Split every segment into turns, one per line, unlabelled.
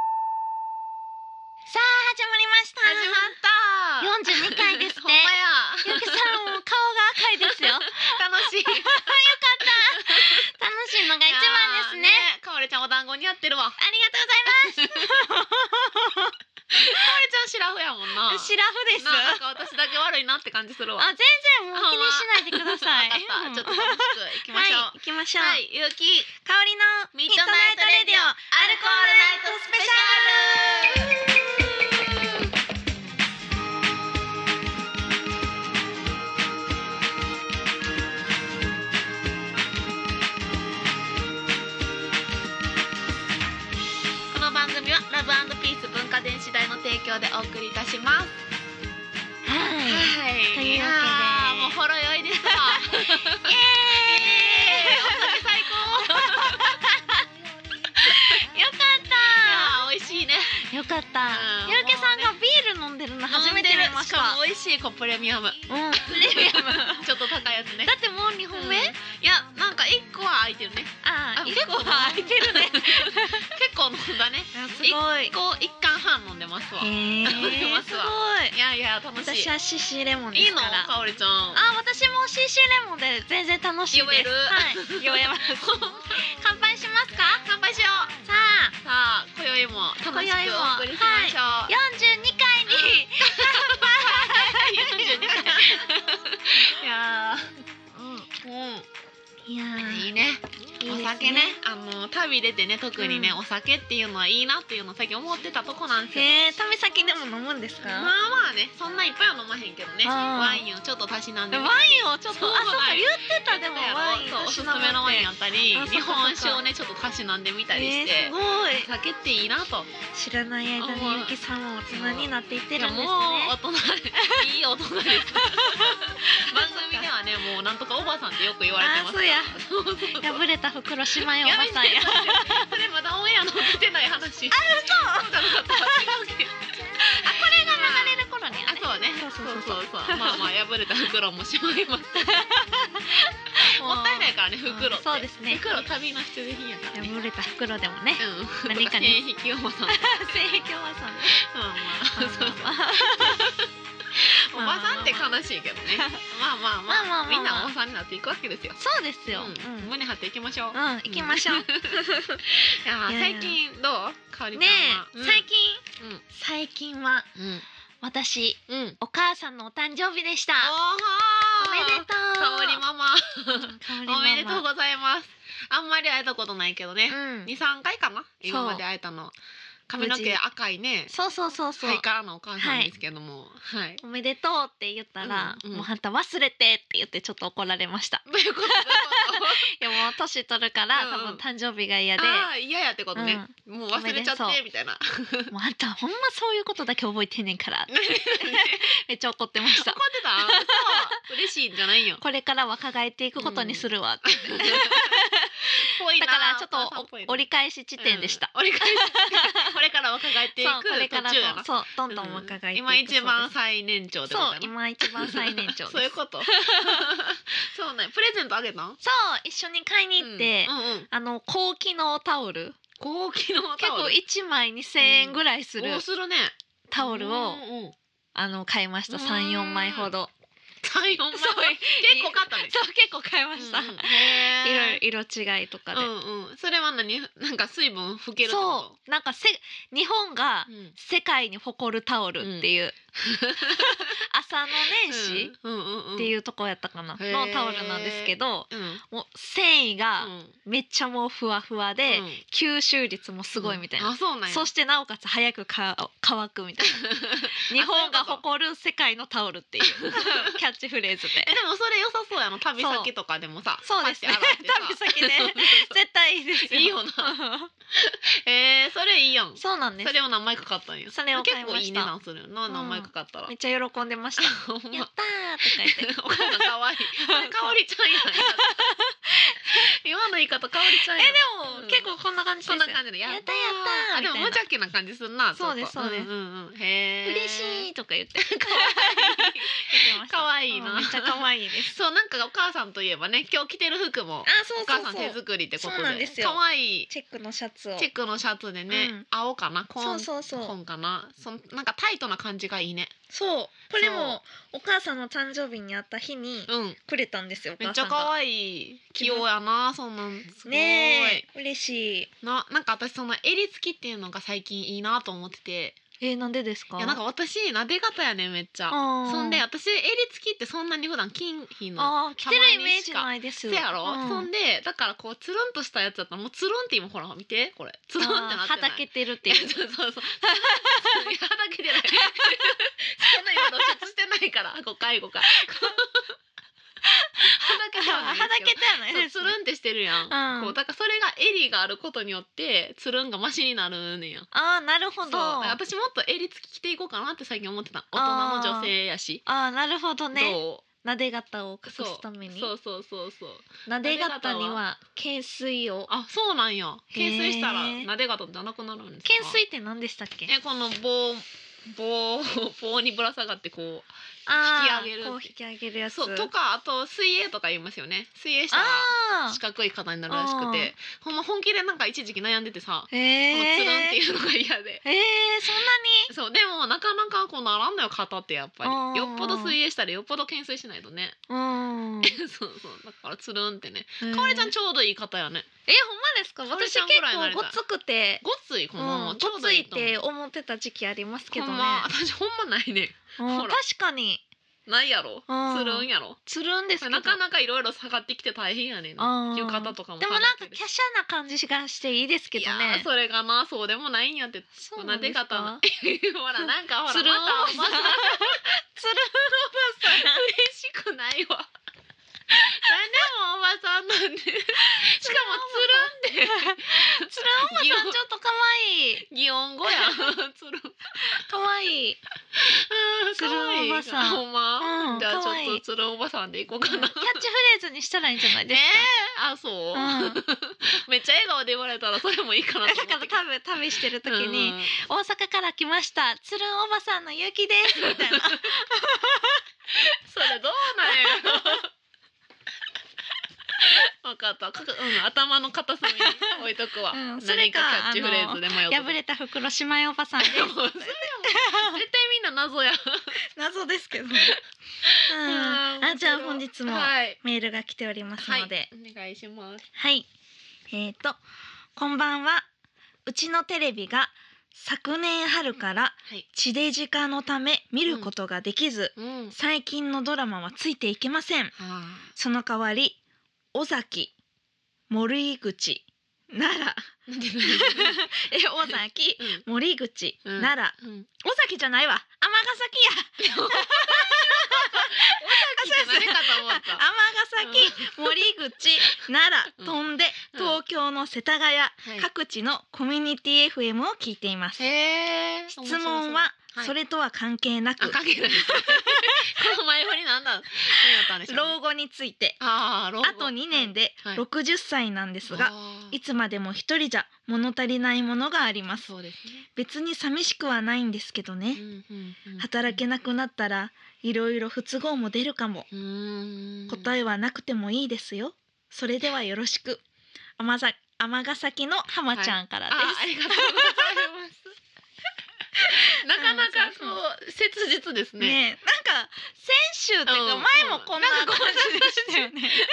楽
し い。
しいのが一番ですね
いやー。かおれちゃんお団子似合ってるわ。か
ありがとうございます
おれちゃんシラフやもんな。
シラフです
ななんか私だけ悪いなって感じするわ。
あ全然もう気にしないでください
わかったちょっと楽しくいきましょ
はい行きまし
う。
ょう、
はい、ゆうき。
香りのミッ
ミッ
ド
ド
ナ
ナ
イ
イ
ト
ト
レディオアルコールナイトスペ
レディオ
シ
この番組はラブピース文化電子代の提供でお送りいたします。
ャル
は
はい
い
というわけで
やーもうほろ酔いです
イ
わ。
エーイ
お酒最高。
よかっ
あー美味しいね。
たよかった
うん
ゆうけさんがビール飲んでるの初めて見まし
飲んでるしか
た
も美味しいこうプレミアム。
うんプレミアム
ちょっと高いやつね。
だってもう二本目、
うんいやなんか一個は空いてるね。
あ
あ
ー
結構空いてるね。結構飲んだね。
あすごい
一個一缶半飲んでますわ。い
へ
飲んで
ー
ますす
ご
わ
い
やいや楽しい。
私は CC レモンで
いい
す
の
から
かおりちゃん。
あ私も CC レモンで全然楽しいです
酔える
はい酔えます乾杯しますか
乾杯しよう。
さあ
さあ今宵も楽しくお送りしましょう。
42回に
42回 いや
いや
ーいい
ー
ね
いいです
お酒ねあの旅出てね特にね、
うん
お酒っていうのはいいなっていうのを最近思ってたとこなんですよ
へえ旅先でも飲むんです
まあ
か
まあねそんないっぱいは飲まへんけどね
あー
ワインをちょっとたしなんで
ワ
ね
インをちょっと
そう
あそうか
ワイン
言ってたでもワイン
そうおすすめのワインやったり
あそっかそっか
日本酒をねちょっとたしなんでみたりして、
えー、すごい
お酒っていいなと
知らない間に
うん
ゆきさんは大人になっていってるんですね
もう大人いい大人 です番組ではねもうなんとかおばさんってよく言われて
あ
ます
そうや
そうそうそう
破れた袋しまいおば
やめて
さんや
それまだオンエアの出てない話。あ、そう。だ なかった。
これが流れる頃に
あ、そうね。
そ
そうう
そ
そうう
そ
そううまあまあ破れた袋もしまいます。もったいないからね袋って。
そうですね
袋旅の必需品やからね。
破れた袋でも ね
うん。
何かね
性 癖をもさん。うん
性癖おばさん
まあ。そう
まあまあ
おばさんって悲しいけどね。まあまあ
まあまあまあまあ
まあ。みんなおばさんになっていくわけですよ。
そうですよ、
うん
うん
胸張っていきましょう。
うん、行きまし ょう。
いや
いやいや
最近どう？かおりち
ね
ゃんは。
え、最近、
うん
最近は
うん
私
うん。
お母さんのお誕生日でした。お
お
めでとう。
香りママ
香りママ
おめでとうございますあんまり会えたことないけどね
うん。
二三、回かな今まで会えたの髪の
無
毛
事
赤いね
そうそうそうそう。
ハイカラなお母さんですけどもはい、
おめでとうって言ったら、
うんうん
もうあんた忘れてって言ってちょっと怒られました。
どういうこと
いやもう年取るから、
うんうん
多分誕生日が嫌で、
ああ嫌やってことね、もう忘れちゃっ
おめで
てみたいな
もうあんたほんまそういうことだけ覚えてんねん からって
何何
めっちゃ怒ってまし。
怒ったてたそう嬉しいんじゃないよ
これからは輝いていくことにするわって。
ぽ い
だ
な
からちょっ
お母さんぽい
と
な
お折り返し地点でした。
うん折り返し地点これから若返ってい
そうこれ
く
から
途
と
中やな
そうどんどん若返っていく
今一番
そう
最年
で
長って
すそ
こと
う
やな
今一番最年長です
そういうこと そうねプレゼントあげたん
そう一緒に買いに行って、
うんうん
あの高機能タオル
高機能
結
タオ
構
ル
一枚二千円ぐらいする
おするね
タオルを
う んうん
あの買いました
うん
三四枚ほど
三四枚
そう
結構買ったね
そう結構買いました、
うんうん
いろ
へ
いろ色違いとか
ー
で、
うんうんそれは何なんか水分拭けるってこ
そうなんかせ日本が
とうん
世界に誇るタオルっていう、朝の年始
うんうんうん
っていうとこやったかな、
へー
のタオルなんですけど
うんうん
もう繊維がめっちゃもうふわふわで、
うん
吸収率もすごいみたいな、
あそうなんや
そしてなおかつ早くか乾くみたい な日本が誇る世界のタオルっていうキャッチフレーズで
えでもそれ良さそうやの旅先とかでもさ
そうですね
パッて洗って さ
旅先で絶対いいですよ
いいよえーそれいいや ん
そうなんです
それを何枚か買ったんや
それを買いました
結構いい値段するよな
うん
何枚か買ったら、
めっちゃ喜んでました
ほん
やっ
ま
たーとか 言って
お母さん可愛いこれかおりちゃんやん今の言い方かおりちゃんやん
えでも、
うん
結構こんな感じです
そ
よ
んな感じで
やったやったー
あでも無
みたい
邪気な感じすんな
そうです
ちょっと
そうです
んんうん
な
へえ
嬉しいとか言って言ってました
可愛いな
うんめっちゃ可愛いです
そうなんかお母さんといえばね今日着てる服も
あそう
お母さん手作りってことで
そうなんですよ
可愛い
チェックのシャツを
チェックのシャツでね、
うん
青かなコーン
そうそうそう
コーンかなそんなんかタイトな感じがいいね
そうこれもお母さんの誕生日にあった日に
うん
くれたんですよお
めっ
母
ち
さ
ゃ
んが
可愛い器用やなそんなんすごい、
ねえ嬉しい
ななんか私その襟付きっていうのが最近いいなと思ってて
えー、なんでですか
いやなんか私撫で方やねめっちゃ
あー
そんで私襟付きってそんなに普段金品の
あー着てるイメージないです
せやろ、
うん
そんでだからこうつるんとしたやつだったらもうつるんって今ほら見てこれつるんってなってない
あーはだけてるって
いや
いう
そうそうそういやはだけてない そんな今露出してないから5回5回 はだけてはない
はだけて
て
はない
そ
です
うつるんってしてるやん、
うん
こうだからそれが襟があることによってつるんがマシになるねんや
あーなるほ
そう
どあ
私もっと襟付き着ていこうかなって最近思ってた大人の女性やし
ーなるほどね
ど
なで型を
う
隠
そう
すために
そうそうそうそう
なで型
なで
に
型
は懸垂を
あそうなんや懸垂したら
へー
なで方じゃなくなるんですか
懸垂って何でしたっけ
えこの棒棒棒 にぶら下がってこ
あー
引き上げる
こう引き上げるや
う
つ
そうとかあと水泳とか言いますよね水泳したら
あ
四角い方になるらしくてほんま本気でなんか一時期悩んでてさ、
ーへ
このつるんって
え
いうのが嫌で
えー、そんなに
そうでもなかなかこうならんのよ肩ってやっぱ
うん
りよっぽど水泳したらよっぽど懸垂しないとね
うん
そうそうだからつるんってね
えー
かおりちゃんちょうどいい方やね
えほんまですか
かおり
私
ちゃ
結
んぐらいになり
構
たい
ごつくて
ごっついこのまま、
うん
ちょ
ご
うど
つ
い
い
い
っ
と思う
て思ってた時期ありますけどね
ほんま私ほんまないね
うん
ほ
確
ら
かに
ないやろ
うん
つるんやろ
つるんですけど
なかなかいろいろ下がってきて大変やねん
あ
な
ー
いう方とかも
でもなんか華
肌着
奢な感じがしていいですけど
いや
ね
ーそれがなそうでもないんやってほ
そうなんです
こん
か
な らなんかほらま
つ
た
るんおば さん
また
つるん
おばさん嬉しくないわ何でもおばさんなんでしかも つるんって
つるんおばさんちょっと可愛い
擬音 語やんつるん
可愛い
あー
つるんおばさん
可愛いほんま、
うん
じゃあち
可愛
ょっ
い
とつるんおばさんでいこう
キャ
か
ッチフ
な
レーズにしたらいいんじゃないで
ね
す
えあそう、
か、うん、 だか
めっちゃ笑顔で言われたらそれもいいかなと思って
ら多分旅してる時に、
うん
大阪から来ましたつるんおばさんのゆきですみ たいな
それどうなんやろわかった、かくうん、頭の片隅に置いとくわ、
うんそれ
何
か
かキャッチフレーズで迷うと
破れた袋姉妹おばさんで
でもそれも絶対みんな謎や、
謎ですけど、ね、
う
うんん、あじゃあ本日も
はい、
メールが来ております
はい、
ので、
お願いします
はい。えっ、と、こんばんは。うちのテレビが昨年春から
はい、
地デジ化のため見ることができず、
うん
最近のドラマはついていけません。
あ
その代わり、尾崎、森口、奈良、
ーなんで
え、尾崎、
うん
森口、
うん
奈良、
うん、
尾崎じゃないわ。尼崎や。
聞いて何かと思っ
尼
た
崎、森口、奈良、
うん
飛んで、
うん
東京の世田谷、
はい
各地のコミュニティ FM を聞いています。
へー
質問は
はい
それとは関係なく、
あ関係ない この前振りなんだ何やったんでしょうね
老後について
あー老後
あと2年で
はい
60歳なんですが、
あー
い、つまでも一人じゃ物足りないものがあります
そうですね
別に寂しくはないんですけどね、働け
な
なくなったらいろいろ不都合も出るかも、答
え
えはなくてもいいですよそれではよろしく天崎尼崎の浜ちゃんから
あ
です、
ありがとうございます なかなかこう切実です
ね
ね
えなんか先週っていうか
うん
前もこんな
なんかこん
感
な
じでしたよね
結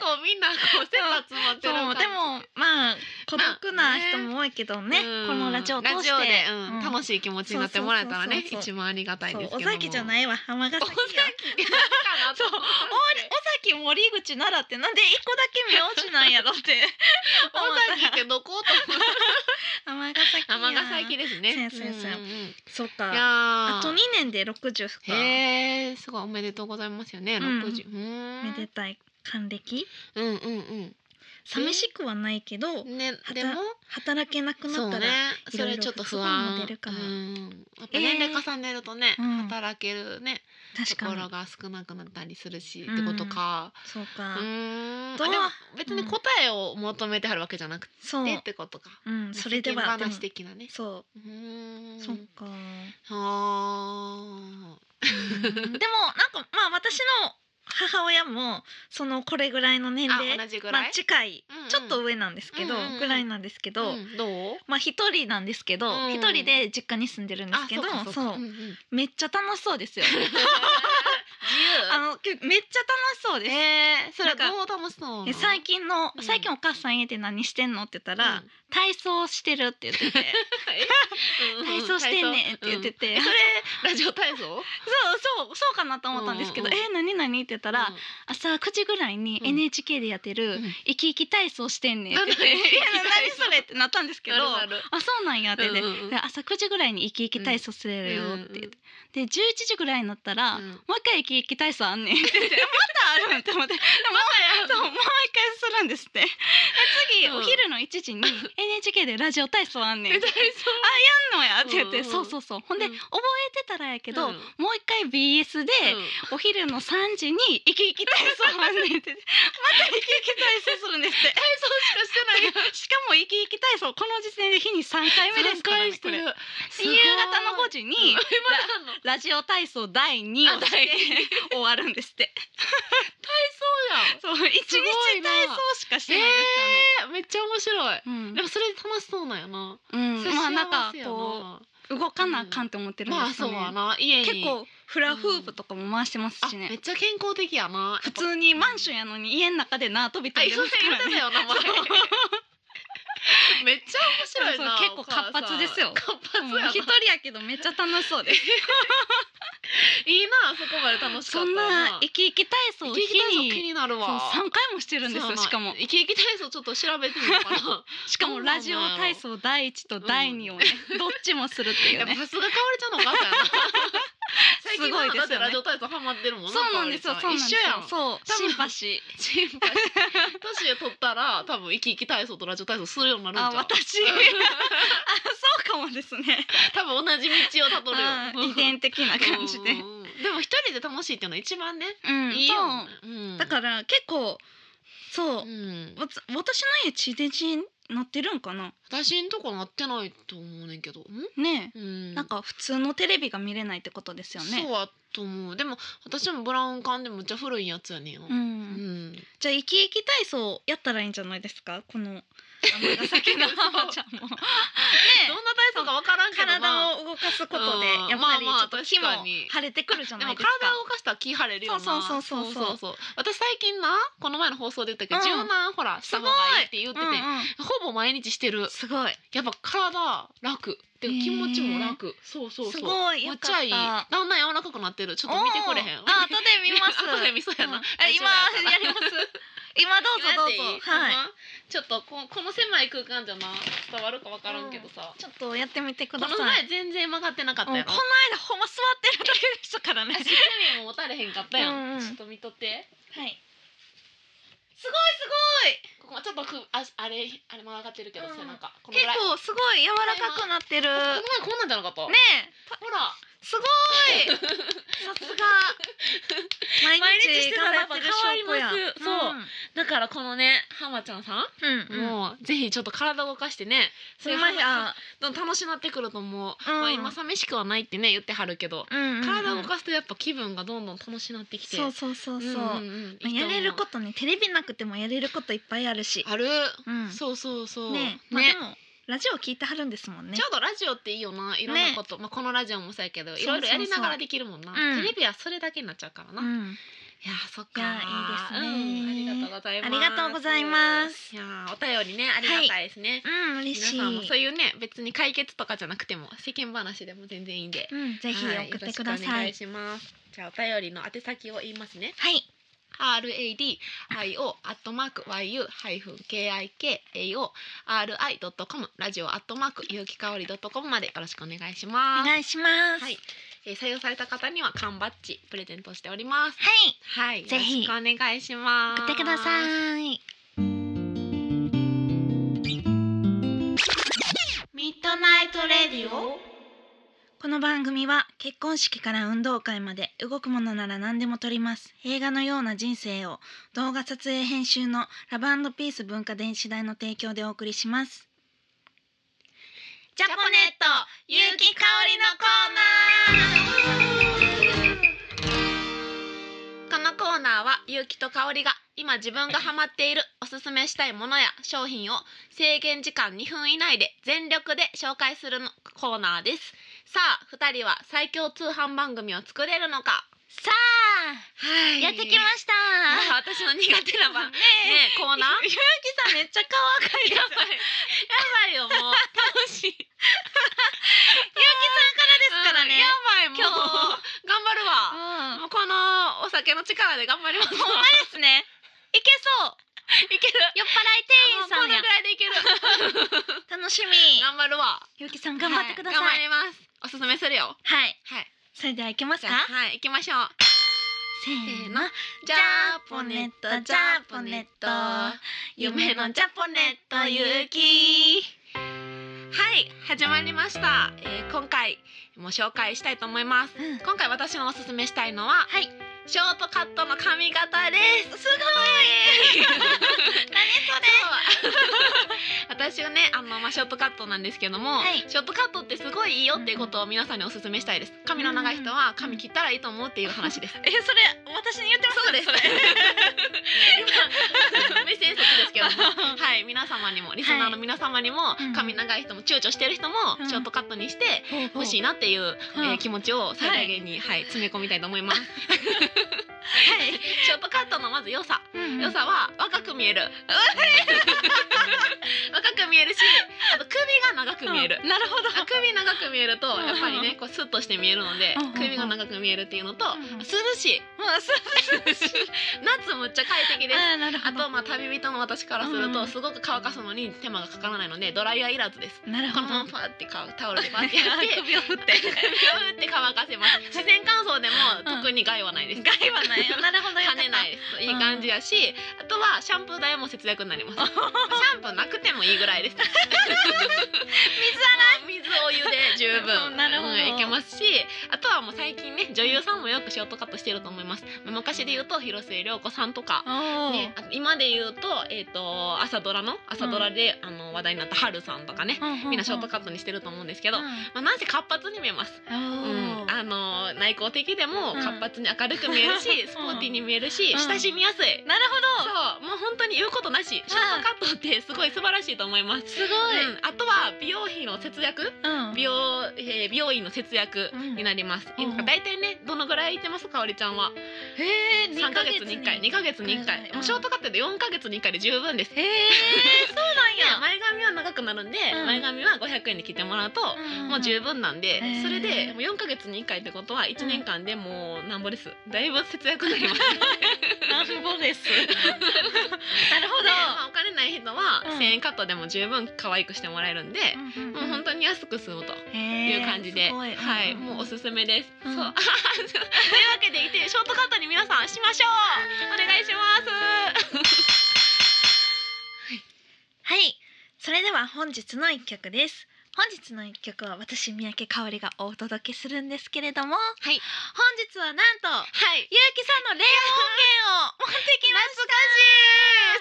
構みんなこう切羽詰まって
そうで
る感じ
もまあ孤独な人も多いけどね,、
うん
このラジオを通して
ラジオで、うん
うん
楽しい気持ちになってもらえたら
そうそ
ね
うそうそう
一番ありがたいですけ
そ
ど
う
も
尾崎じゃないわ浜ヶ
尾
崎
崎
や
って何かなと思ったんですけど
尾崎森口奈良ってなんで一個だけ名字なんやろって
尾崎ってどこと思っ
浜ヶ崎
た
や
尼崎です ね
そうそうそうん
んんい
そっ
や
か
ー
あと2年で60かめ
へえすごいおめでとうございますよね
うん
六十、うーん、
でたい還暦
うんうん
寂しくはないけど、
うんね
はた
でも
働けなく
そ
な
う
ったら、
ね
いろ
そ
いろ
れちょっと不安
不都合も出るかも
うんやっぱ年齢重ねるとね、
うん
働けるね
確
と
か
こ
に
ろが少なくなったりするし、
うん
ってことか
そう
う
か、
ーん
どう
あでも別に答えを求めてはるわけじゃなく
そう
て、ってことか
うん、それでは
世間話的なね
そう
ー
う、
ん
そっ か
あー
うんでもなんかまあ私の母親もそのこれぐらいの年
あ
齢
同じぐ
ま
らい、
あ、近い、
うんうん
ちょっと上なんですけど、
うんうんうん
ぐらいなんですけど、
うんどう
まあ一人なんですけど
うん
一、人で実家に住んでるんですけど
あ
そう
かかうんうん自
めっちゃ楽しそうですよ あ
由
のきゅめっちゃ楽しそうです、
えー、そ
な
れ
んか
どう楽しそうなの
え最近の
うん
最近お母さん家で何してんのって言ったら、
うん
体操してるって言ってて
えうんう
体操してんねんって言って
体操
て、
うん え
そ
そ
れ
れラジオ体操
そうそうそうかなと思ったんですけど、
うんうん
え何何って言ったら、
うん
朝9時ぐらいに
うん
NHK でやってる
うん
「生き生き体操してんねん」って 言って「
なん
い
だ生き生き
や
体操
何それ?」ってなったんですけど
なるなる
あそうなんやって言って、
うんうんうん
で朝9時ぐらいに生き生き体操するよって言って、で11時ぐらいになったら、
うん
もう一回生き生き体操あんねんって 言ってまたあるんって思ってでまたそうもう一回するんですってで次、
うん
お昼の1時 に NHK でラジオ体操あんねん
え
って
体操
あんのやって言って、
うんうん
そうそうそうほんで、
うん
覚えてたらやけど、
うん
もう一回 BS で、お昼の3時に生き生き体操まで ってまた生き生き体操するんですって
体操しかして ないよ
しかも生き生き体操この時点で日に3回目ですからねこ れ夕
夕
方の5
時
時に、
に
ラジオ体操第2をして
あ第
終わるんですって
体
そう一日
すごいな
体操しかしてないです
操やんめっちゃ面白い
からね、
でもそれ楽しそうなんやな
うん、
それ
まあなんか
幸せや
こう動かなあかんって思ってるん
ま
で
あ
すよ
そう
ね、
やな家に
結構フラフープとかも回してます
あ
し
め
ね
っちゃ健康的やな
普通にマンションやのに家の中で縄跳び
あ
跳んで
そう
ます
言
か
っ
ら
てた
ね
よ名
そう
前 めっちゃ面白いな
そうそう結構活発ですよ
お母さん活
もう
発
一
やな
人やけどめっちゃ楽しそうです。
いいなあそこまで楽しか
そ
った
んな
な
生き生き体操を日
生き生き体操気
に
になる
そう
わ
3回もしてるんです
そ
よ
うやな
しかも
生き生き体操ちょっと調べてみよう かな
しかもラジオ体操第一と第二をねどっちもするってい
や
う
っぱ
ね
さすがかおりちゃんのお母さんやな 最近
すごいですよね
だってラジオ体操ハマってるもんな
そうなんですよ
か
そう
お
なんで
り
す
ち
よ
ゃん一緒やん
そう
多分
シンパ シ
心配年取ったら多分生き生き体操とラジオ体操するように
ー
なるんちゃ
あ
う
私あそうかもですね
多分同じ道をたどる
う
よ
ん遺伝的な感じで
うんうんうんでも一人で楽しいっていうのは一番ね、
うん
いいよね
そ、
うん
うだから結構そううんわつ私の家地デジになってるんかな
私んとこなってないと思うねんけどん
ね
うん
えなんか普通のテレビが見れないってことですよ
そう
ね
はと思うでも私もブラウン管でむっちゃ古いやつやねんよ、
う
うんん
じゃあ生き生き体操やったらいいんじゃないですかこの尼崎 の浜ちゃんも。ね
どんな体操かわからんけどな
体を動かすことで
うん
やっぱりち
まあまあ
ょっと気も
確かに
腫れてくるじゃ
で
な
も
いで
体
すか。
を動かしたら気晴れるよな
そうそうそうそうそう
私最近なこの前の放送で言ったけど、
うん
柔軟ほらした方がいいって言ってて、
うんうん
ほぼ毎日してる
すごい
やっぱ体楽っていう気持ちも楽、そうそうそ
す
う
ごい
めっ
よ
ち
か
ゃい
っ
い
た。
だんだん柔らかくなってるちょっと見てくれへん
おーあ後で見ます。
後で見そうやな
うん
大
え
丈
今
夫や
やります。今どうぞどう
今やっていい
ぞ。はい。
ほんまちょっとここの狭い空間じゃな伝わるか分からんけどさ、
ちょっとやってみてく
こ
ださい。
の前全然曲がってなかっ
うんこの
たや
間
ろ、
ほんま座ってるだけでしたからね。は い。
足首も持たれへんかったやん
うんうん
ちょっと見とって
すごいす
ここちょっとくああれあれ曲がってるけど、
うん
背中こ
ごい。
の
結
ぐらいこ
構すごい柔らかくなってる。
の前こんなんじゃなかった、
ねえ。
ほら
すごい。 さすが。毎
日してたらやっぱ変わります
そ
だからこのねハマちゃんさん、
う。うん。うん。
もうぜひちょっと体動かしてね
すま
話
や。
どんどん楽しなってくると思う、
うん
まあ今寂しくはないってね言ってはるけど、
うん。
体動
す。
かすとやっぱ気分がどんどん楽しなってきて
そうそうそうそう。
んんんいいと
まあ
思う
やれることね、テレビなくてもやれることいっぱいあるし。
ある、
うん。
そうそうそう
ねえ。まあでもラジオ聞いてはるんですもんね
ちょ。うどラジオっていいよないろんなこと、まあこのラジオもそうやけど
そう
い
そうそう
ろいろやりながらできるもんな
うん
テレビはそれだけになっちゃうからな、
う
いや
ん。
ーそっか
いやーいいですね
うんありがとうございます
ありがとうございます
いやーお便りねありがたいですね、
うん、嬉しい。
皆さんもそういうね別に解決とかじゃなくても世間話でも全然いいんで
うん、ぜひ送
はい
ってくだ
よろしくお
さ
願い
い。
しますじゃあお便りの宛先を言いますね
はい。
radio アットマーク yu ハイフン kikao ri ドットコムラジオアットマーク有機香りドットコムまでよろしくお願いし
お
ます。
願いします。
は
はいい。
えー採用された方には缶バッジプレゼントしております。はい、
ぜひ
よろしくお願いします。
送ってくだ
い。
さい。
ミッドナイトレディオ。
この番組は結婚式から運動会まで動くものなら何でも撮ります映画のような人生を動画撮影編集のラブピース文化電子代の提供でお送りしますジ
ジ
ャ
ャポ
ポ
ネッ
ネ
ト
ゆ
有
う
機
き
香
かお
り
り
の
の
コーナー。このコーナーはゆうきと香りが今自分がハマっているおすすめしたいものや商品を制限時間2分以内で全力で紹介するのコーナーですさあ二人は最強通販番組を作れるのか
さ
は
あやってき
し
ました
なんか私の苦手な 番
ね
ねえコーナー
ゆゆうきさんめっちゃ顔赤い
やばいやば いよもう楽しい
からね
うんやばいもう
今日
頑張るわ、
うん
もうこのお酒の力で頑張ります
ほんまですねいけそう
いける
酔っ払い店員さ
もうんこの
や
ぐらいでいける
楽しみ
頑張るわ
ゆうきさん頑張ってください
は、
はい
頑張りますおすすめするよ
い、
はい
それではいけます
じ
か
ゃあはい行きましょう
せーの
ジャポネットジャポネット夢のジャポネットゆきはい始まりました、えー、今回も紹介したいと思います
うん
今回私のおすすめしたいのは、
はい
ショートカットの髪型で
すご
す
い
そう 私はねあの、まあ、ショートカットなんですけども、
はい
ショートカットってすごいいいよっていうことを皆さんにお勧めしたいです髪の長い人は髪切ったらいいと思うっていう話です、
えそれ私に言ってま
そうです今目線そっちですけども はい皆様にもリスナーの皆様にも、
うん
髪長い人も躊躇してる人も、
うん
ショートカットにして
す
欲しいなっていう、
うん
えー気持ちを最大限に、はい詰め込みたいと思います
はい
ショートカットのまず良さ
うん
良さは若く見 える若く見えるしあと首が長く見える、
なるほど
あ首長く見えると
うん
やっぱりねこうスッとして見えるので
うん
首が長く見えるっていうのと
うん
涼しい夏むっちゃ快適です
あーなるほ
あ
ど
とまあ旅人の私からする
う
と
ん
すごく乾かすのに手間がかからないのでドライヤーいらずです
なる
こ
ほ
の
ど
ままパーってかタオルでパーってや って
首を振 って
首を打って乾かせます自然乾燥でも特に害はないです
害はないなるほどよか
跳
った
ね ないですいい感じやし、あとはシャンプー代も節約になりますシャンプーなくてもいいぐらいです水洗い水お湯で十
う
分
んなるほど
うんいけますしあとはもう最近ね女優さんもよくショートカットしてると思います昔で言うと広末涼子さんとか
おー
ね、あと今で言うと,、えー、と朝ドラの朝ドラで、あの話題になった春さんとかね、みんなショート
ッ
カットにしてると思うんですけど、
うん
まあ、なんせ活発に見えますうん、あの内向的でも
うん
活発に明るく見 えるし、スポーティーに見えるし、
うん
親しみやすい。
なるほ
そ
ど
う、もう本当に言うことなし、ショートカットってすごい素晴らしいと思います。
すごい
うん、あとは美容費の節約、
うん
美容、えー美容院の節約になります。
うん
なんか大体ね、どのぐらい行ってますかおりちゃんは。
へえ
三ヶ月に一回、二ヶ月に一
うん
回、もうショートカットで四ヶ月に一回で十分です。
へえそうなん
いや
や
前髪は長くなるんで、
うん
前髪は500円で切ってもらうと、もう十分なんで、
ー
それでもう4ヶ月に1回ってことは1年間でもうなんぼです。だいぶ節約になります。
なんぼ ですなるほ
で
ど
まあ、お金ない人は
うん
1000円カットでも十分可愛くしてもらえるんで、
うん
もう本当に安く済むと。
へー
いう感じで、
すごい
はい、
ん
もうおすすめです。
うん
そう、 というわけでいて、ショートカットに皆さんしましょう。お願いします。
はい、それでは本日の一曲です。本日の一曲は私三宅香織がお届けするんですけれども、本
はい、
日はなんと
はい、
ゆうきさんの霊音源 を持ってきまし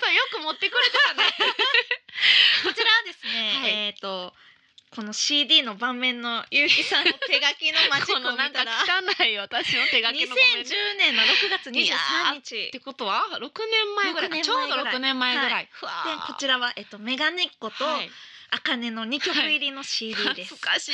そう、よく持ってくれてたね。
た。こちらはですね、
はい
えっ、とこの CD の盤面のゆうきさんの手書きのマジッ
こ
クを
のなん
見た
か
ら、
汚い私の手書きのごめんね。
2010年の6月
いや
23
ー
日
っ。てことは六年前ぐら
六年
い
前
ちょうど六年前ぐらい、
は
ふわ
で
ー
こちらはえっ、とメガネっ子と
はい
あかねの二曲入りの CD で
懐
す。
かしい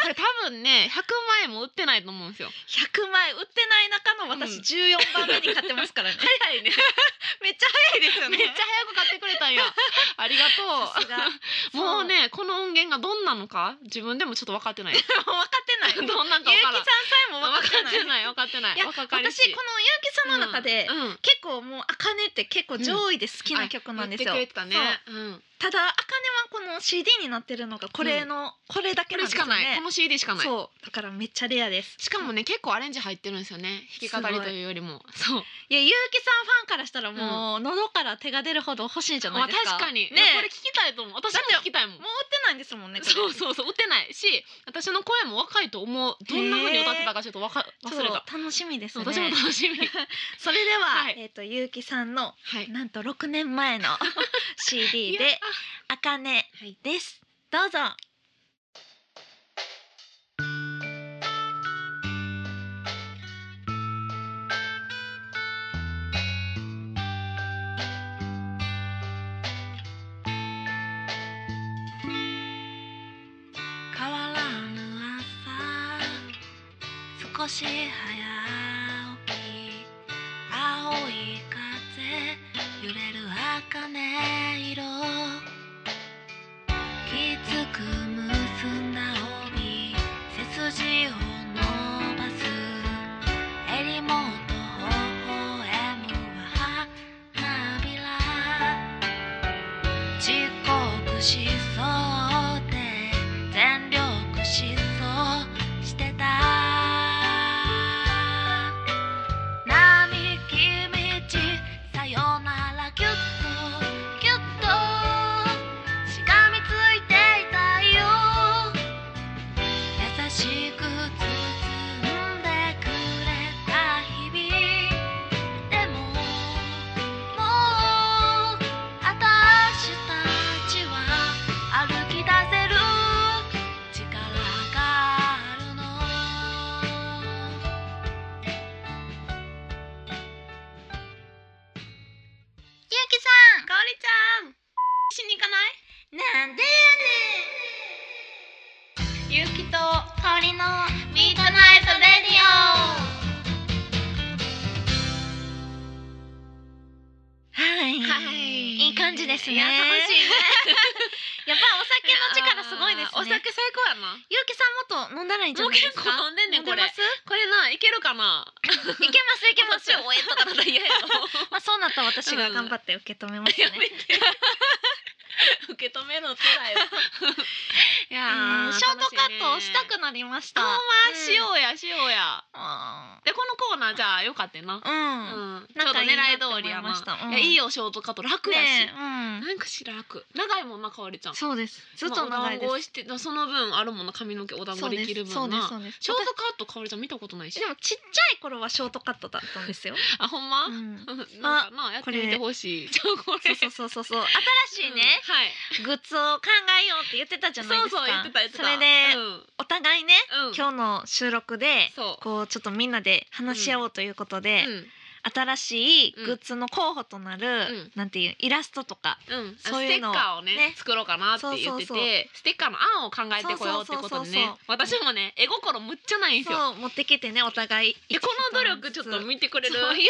これ多分ね100万円も売ってないと思うん ですよ
100枚売ってない中の私
うん
14番目に買ってますからね
早いね
めっちゃ早いですよ
めっちゃ早く買ってくれた んやありが
さ すが
とうもうねこの音源がどんなのか自分でもちょっと分かっ てない
分かって
ど
ない
ん
ゆうき
な
さん
んか分からん
さえも分かってない
分かってない
いや
分かって
私この
ない若か
ゆう
りし
きさんの中で、
うんうん
結構もうあかねって結構上位で好きな曲なんですよ、
言ってくれてたねうん
ただあかねはこの CD になってるのがこれの、これだけ
こ
なんで
れ
す
し
よ
か
ね
ないこの CD しかない
そうだからめっちゃレアです
しかもね結構アレンジ入ってるんですよね弾き語りというよりもそう
いやゆうきさんファンからしたらもう、喉から手が出るほど欲しいんじゃないですか
まあ確かに
ね
これ聞きたいと思う私も聞きたいもん
もう売ってないんですもんねこれ
そうそうそう打てないし私の声も若いと思うどんな風に歌ってたかちょっとわか忘れた
そう楽しみですね
私も楽しみ
それでは、
はい
えっ、とゆうきさんの
はい
なんと6年前 の CD で「あかね
はい」
ですどうぞ
「
少し早起き青い風揺れる茜色きつく結んだ帯背筋を伸ばす襟元微笑むは花びら遅刻しそうで全力疾走してた並木道さよならキュッとキュッとしがみついていたいよ優しく包んでくれた日々でももうあたしたちは歩き出せる力があるのゆうきさんかおりちゃん
しに行かない
なんで
ゆうきと
やねん香りの
ミートナイトレディ
はい、
はい
いい感じですね
いや楽しいね
やっぱお酒の力すごいですね
お酒最高やな
ゆうきさんもっと飲んだらいいんじゃ
もう
ないで
結
す
構
か
飲んでんねんこれ
飲んでます
これないけるかない
けますいけます
こっちはおえとかだったら嫌やろ
まあそうなったら私が頑張って受け止めますね、
やめて受け止めるの辛いわ い
えー
や
ショートカットをした
な
くなりまし
った
た
ほんま
うん
しようやしようや
あ
でこのコーナーじゃあよかったよな
ーうん
うんちょ
な
うんど
か
狙
いいない
通りや
って思いま
な
したうん
いやいいよショートカット楽やし
ねえ
なんかしら楽長いもんなかおりちゃ
うんん、ずっと長いです。ずっと長い
まあお団子を
です。
してその分あるもんな髪の毛お団子できる分
そうです。
な
そうです。
ショートカットかおりちゃん見たことないし
でもちっちゃい頃はショートカットだったんですよ。
あほんま、
うん
なんかなやってみてほしいちょこ
そう
れ
そうそうそうそう。新しいね、
うんはい
グッズを考えようって言ってたじゃないですか。
そうそう言ってた言ってた
それで、
うん
お互いね、
うん、
今日の収録で。
そう
こうちょっとみんなで話し合おうということで、新しいグッズの候補となる、
ん
なんていうイラストとか、
うんうん、
そういうの
ステッカーをね
ね
作ろうかなって言ってて
そうそうそう
ステッカーの案を考えてこようってことで
そうそうそう
ね
そう
私もね絵心むっちゃないんですよ
そう持ってきてねお互い
でこの努力ちょっと見てくれる
そう
い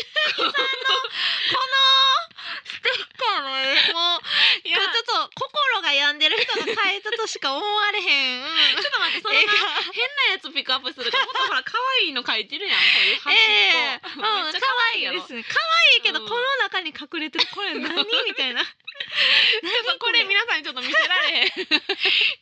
かもうちょ
や
っと心が病んでる人が変えたとしか思われ へん。
ちょっと待ってそんな
映
変なやつピックアップするからもっとほら可愛いの描いてるやんこういう
画
端
ええ
っこ、
う
めっ
ん
ちゃ
可
可愛
愛
い
い
や
で
ろ
すね。可愛いけど、
うん
この中に隠れてるこれ何みたいな。
ちょっとこれ皆さんにちょっと見せられへんこ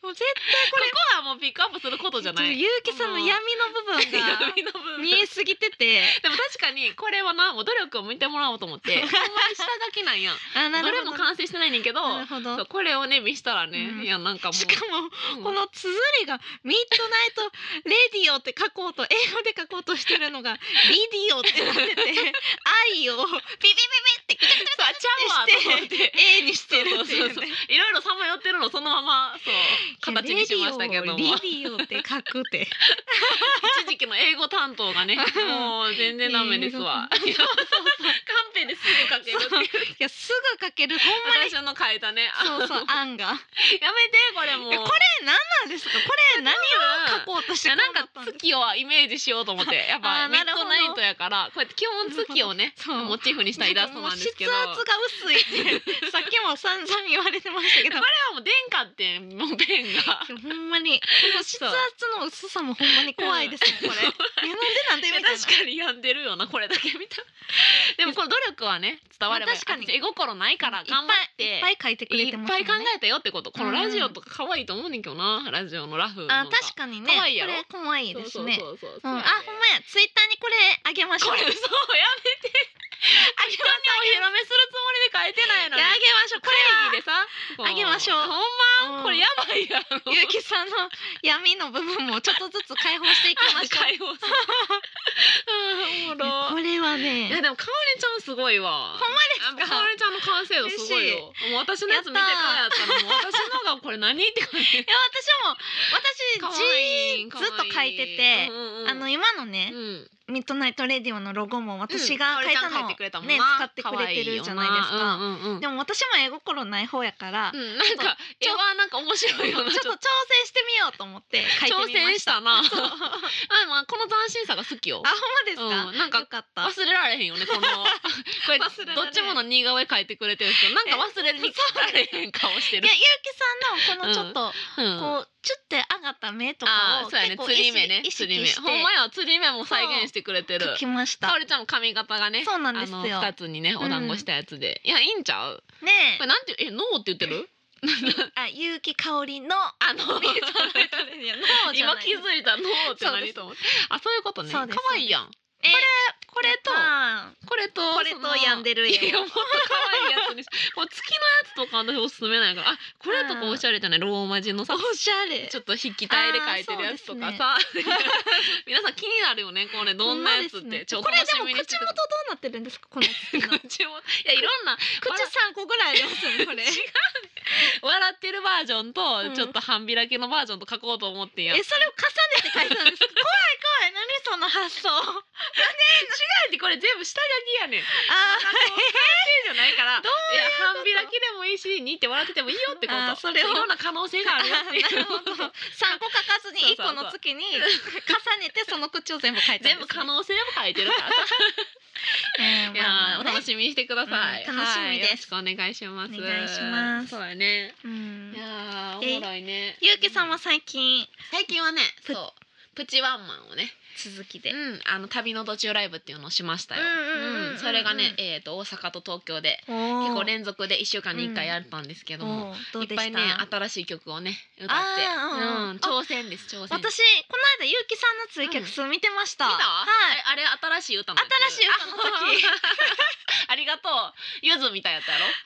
もう絶
こはもうピックアップすることじゃな
対
い
ゆうきさんの闇の部分が
闇の部 分
見えすぎてて、
でも確かにこれはなもう努力を向いてもらおうと思 ってほんまに下書きなんやん
あ
どれも完成してないねんけど
なるほど
そう。これをね見したらね、
うん
いやなんかもう
しかも
うん
この綴りがミッドナイトレディオって書こうと英語で書こうとしてるのがリディオってなってて愛をピピピピってくちゃくち
さあちゃうわと 思って
A にしてるっていう
そうそうそう
ね。
いろいろさまよってるのそのままそう形にしましたけども
レディオレディオって書くって。
一時期の英語担当がねもう全然ダメですわいやカンペですぐ書けるっていう
いやすぐ書けるほんまに。
私の書いたね
そうそう案が。
やめてこれもう
いやこれ何なんですか。これ何を書こうとして
いやなん
こう
か
ったです
月をイメージしようと思ってやっぱ
あー
ミッ
なるほ
ド
ど
ナイトやからこうやって基本月をね
そう
モチーフにしたイラストなんですけどこ
なんかもう筆圧が薄いってさっきも散々言われてましたけ ど
れはもう殿下ってもうペンが
いやほんまにこの筆圧の薄さもほんまに怖いですねこれ。いやなんでなんでみたいな。
確かに病んでるよなこれだけ見たでもこの努力はね伝われば
まあ確かに
絵心ないから頑張って
いっぱいいっぱい書いてくれ
い
て
っ
ます
ぱ
よね。
い考えたよってことこのラジオ
うん
とか可愛いと思うねんけどなラジオのラフ
あ確かにね。
可愛いやろ
これ可愛い
に
ですね。
そうそうそう
う
そ
ん、
う
あ、ほんまや、ツイッターにこれあげましょ
こ
う。
れそうやめて
あげ
人にお披露目するつもりで書いてないの
い
に
やあげましょう。こ
会議でさこ
あげましょう
ほん
れ、
まこれやばいやろ
うん。ゆうきさんの闇の部分もちょっとずつ解放していきましょう。
解放する うんおも
こ
ろ
れはい
や
ね、
でもかおりちゃんすごいわほんま
ですか
かおりちゃんの完成度すごいよもう私のやつ見てからやったらもう私のがこれ何って感じ
いや私も私
かわ
字
いい
ずっと書いてて
うんうんうん
あの今の
う
ね、
ん
ミッドナイトレディオのロゴも私が
うん
変えたの
香織ちゃん書い
を
てくれたもん
ね
な
使ってくれてるじゃないです
可愛
か。
よなうんうんうん
でも私も絵心ない方やから、
うんなんか絵
ちょ
はなんか面白い よな
ちょっと挑戦してみようと思って書いて
挑
みま
戦
し。
したたな あ
そう
でもこの斬新さが好きよ
あほんまですか。
うんなんか
よかった。
忘れられへんよねこのこれど
忘れられ
っちもの似顔絵描いてくれてるんですけどなんか忘れにられへん顔して
い
る
や、ゆうきさんのこのちょっと、
うん
こう、ちょっと上がった目と
あ
か
あ
を。
そうや
結
ね
構
釣り目ね
意識
釣り目
意識して
ほんまや釣り目も再現してくれてる
書きまし
かお
た。
りちゃんも髪型がね
そうなん
あ
です
の
よ。
二つにねお団子したやつで、いやいいんちゃう
ね
これなんてえノーって言ってる
え、あ、ゆうきかおりの。
あ の
ミッドナイトレディオの方じゃ
今
ない
気づいたノーって
そうで
何
す
と思ってあそういうことね可
そうです
愛いやん
えー
これと
まあ
これと
これと
その
病んでる絵
いやもっと可愛いやつにしもう月のやつとか私おすすめないからあこれとかおしゃれじゃないローマ字の さ
おしゃれ
ちょっと筆記体で書いてるやつとかさ、 皆さん気になるよねこれどんなやつって、ちょっと
こ
楽
れ
し
でも
みにして
口元どうなってるんですかこの 口
口
の
もいやいろんな
口三個ぐらいありますよねこ れ
笑ってるバージョン
う
と
ん
ちょっと半開きのバージョンと書こうと思ってん
え
やん、
それを重ねて書いたんですか怖い怖い何その発想あ
えこれ全部下書きやねんじゃないから
ど
いや半開きでもいいしにって笑っててもいいよってこ
あー
と
それを
いろんな可能性があるよって
なる
いう
ほど三個書かずに一個の月に重ねてその口を全部書いたんですね
全部可能性も書いて るからさ
え
い
ーま
や
あ
ーお
まあ
楽
ね
しみにしてください。
うん楽しみです
はいよろしくお願いします。
お願いします
そうやね。
うん
いやーお
え
もろいね。
ゆうきさんは最近
最近はね、
プ
そう。プチワンマンをね、
続き
う
で
ん、あの旅の途中ライブっていうのをしましたよ。
うんうんうんうんうん
うんそれがね、えっ、と大阪と東京で
結
結構連続で一週間に一回やったんですけども、
どう
い
で
っぱ
し
いね
た
新しい曲をね歌
あ
って、
ーうんうん
うん、挑戦です挑戦。
私この間ゆうきさんのツイキャクス見てました
見た？
はい
あれあれ新しい歌のやつ。
新しい歌の時
ありがとう。ゆずみたいやったやろ。
あいい感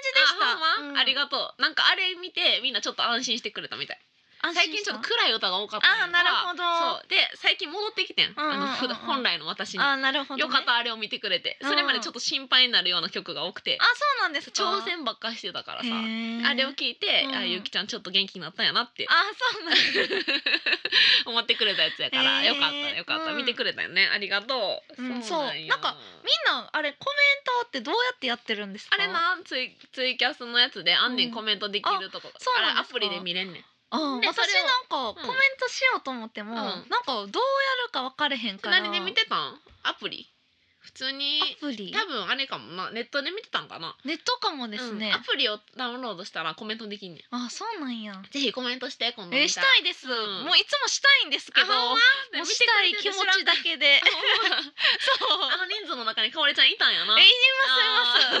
じでした。
あほんま
うん
ありがとうなんかあれ見てみんなちょっと安心してくれたみたい
安
最
心
近
し
ち
た
ょっと暗い歌が多かったんやから
あーなるほど
そうで最近戻ってきてん,、
うんうんうんうん
あのふ本来の私に
あなるほど、ね。
よかったあれを見てくれてそれまでちょっと心配になるような曲が多くて
あそうなんですか。
挑戦ばっかしてたからさ
へー
あれを聞いて、
うん
あゆきちゃんちょっと元気になったんやなって
あそうなんです。
思ってくれたやつやから、
へー
よかったよかった、
うん
見てくれたよねありがと
う
う、
ん
よ
そうなんか みんなあれコメントってどうやってやってるんですか。
あれ。なツイツイキャスのやつであんね
うんん
コメントできるとこ、
そう
あ
なん
れ
で
ア
すか
プリで見れんねん
うん、
で
私
それを
なんか
うん
コメントしようと思っても、
うん
なんかどうやるか分かれへんから。
何で見てたんアプリ普通に
アプリ
多分あれかもなネットで見てたんかな
ネットかもです
う
ね
んア。プリをダウンロードしたらコメントできんねん
あそうなんや。
ぜひコメントして今度
え
見
した
ら
いです、
うん
もういつもしたいんですけど。
あほん
も
ま
うしたい気持ちだけで。 そう。
あの人数の中にかおりちゃんいたんやな
えい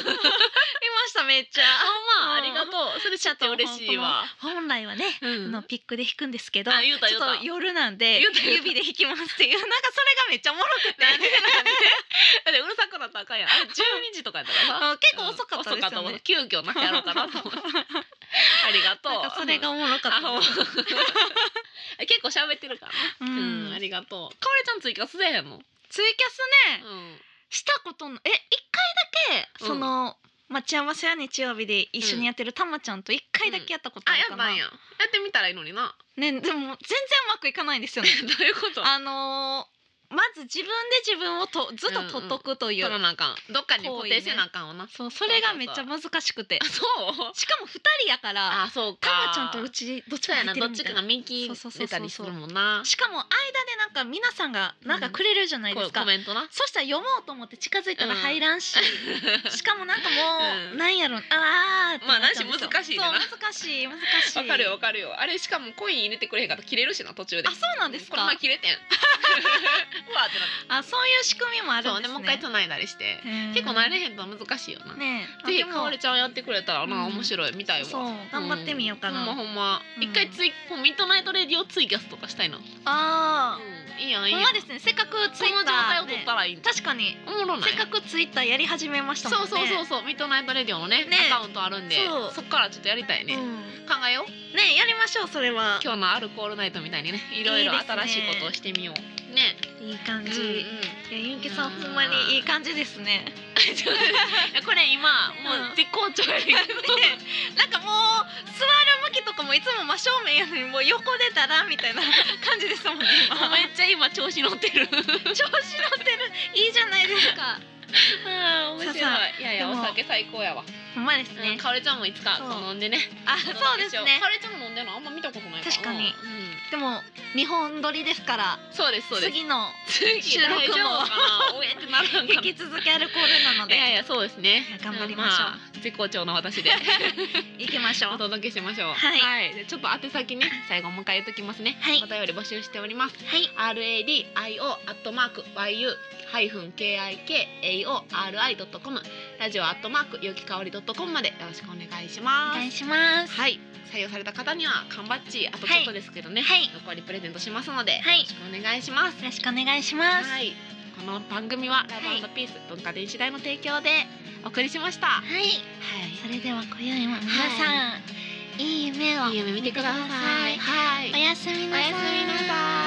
ますいます。いましためっちゃ。
あまあ
う
あ
ん
りがとうそれちょっと嬉しいわ
本来はね、
うん
あのピックで弾くんですけど、
あ言うた
ちょ
言うた
っと夜なんで
言うた言うた
指で弾きますっていうなんかそれがめっちゃおもろくて
なんで だってうるさくなったらあかんやんあれ12時とかやったからさ
あ結構遅かったです
うん遅かった
よ
もん
ね。
急遽なんかやろうかなと思 ってありがとう
なんかそれがおもろかった
あ。ほんま 結構喋ってるからね
う
うん、あ
ん。
りがとう。かおりちゃん追加すせえへんの。
ツイキャスね
う
したことのえ一回だけ
うん
その、待ち合わせは日曜日で一緒にやってるたまちゃんと一回だけやったこと
あ、
ある
や
か
った
な。
んや。やってみたらいいのにな。
ねでも全然うまくいかないんですよ
ど
ね。
ういうこと。
あのーまず自分で自分をとずっと取っとくという、
取らなあかん。どっかに固定せなあかんわな。
そうそれがめっちゃ難しくて
あ、そう。
しかも2人やから
あ、そう
た
か。
まちゃんとうちどっち
そう
か
や
入
な、
って
ど
る
っ
み
ち
た
か
い
が
な
右出たりするもんな。
しかも間でなんか皆さんがなんかくれるじゃないで
こ
す
う
か、
コメント な。
そしたら読もうと思って近づいたら入らん し、しかもなんかも
う
うんなんやろあーってなっちゃうんですよ
まあなんし難しいねな
そう難しい難しい
わかるよ、わかるよ。あれ、しかもコイン入れてくれへんかったら切れるしな、途中で。
あ そうなんです
この
か
前切れてん。うわーってなった。
あそういう仕組みもあるん
そ
ですね
うね、もう一回繋いだりして。結構慣れへんと難しいよな。
ねえ
ぜひ
あで
か
も
おりちゃんやってくれたらな、
うん
面白いみたいわ
そう頑張ってみようかな
ほんまほんま、
うん
一回ついこうミッドナイトレディオツイキャスとかしたいな、
ああ、
いいやんいい
ほ
や
んま
ん
ですねせっかくツ
そ
イ
の
ッ
状
タ
態
ー、
を取っ
ね、
たらいいんちゃう
確かに
おもろない
せっかくツイッターやり始めましたもん
そ
ね
うそうそうそうミッドナイトレディオのね
ね
アカウントあるんで
そう
そっからちょっとやりたいね、
うん
考えよう
ねやりましょうそれは
今日のアルコールナイトみたいにねいろいろ
いいですね
新しいことをしてみようね
いい感
うん
じ、
うん
いやゆうきさんほんまにいい感じですね
ちょっといやこれ今も
うん
う絶好調やねんけど
なんかもう座る向きとかももういつも真正面やのにもう横出たらみたいな感じですもんね今
もうめっちゃ今調子乗ってる
調子乗ってるいいじゃないですか
あー面白い
さあさ
いやいや
で
お
も
酒最高やわ、
ほんまです
ね
ね、
かおりちゃんもいつか
そう
飲んでね
あそうですね
かおりちゃんも飲んでるのあんま見たことないから
確かに
う
でも日本撮りですから
んそうですそうです
次の
次
収録も
大丈夫かなおえってなるんか な
引き続きアルコールなの
いやい
で
やそうですね
いや頑張りましょう
あ絶好調の私で
行きましょう
お届けしましょう
はい
でちょっと宛先ね最後もう一回言っときますね
はい
お便り募集しております
はい
RADIO アットマーク YU ハイフン KIKAORI ドットコムラジオアットマークゆきかおりドットコムまでよろしくお願いし
お
ま
願い
す
します
はい採用された方には缶バッジあとちょっとですけどね、
はい
残りプレゼントしますので、
はい
よろしくお願いします
よろしくお願いしますは、
はいこの番組はラブピース文化電子代の提供でお送りしましたはい
それでは今宵は皆さん、い、い夢を
いい夢見てくださいはい
おやすみ
お
なさい
やすみなさい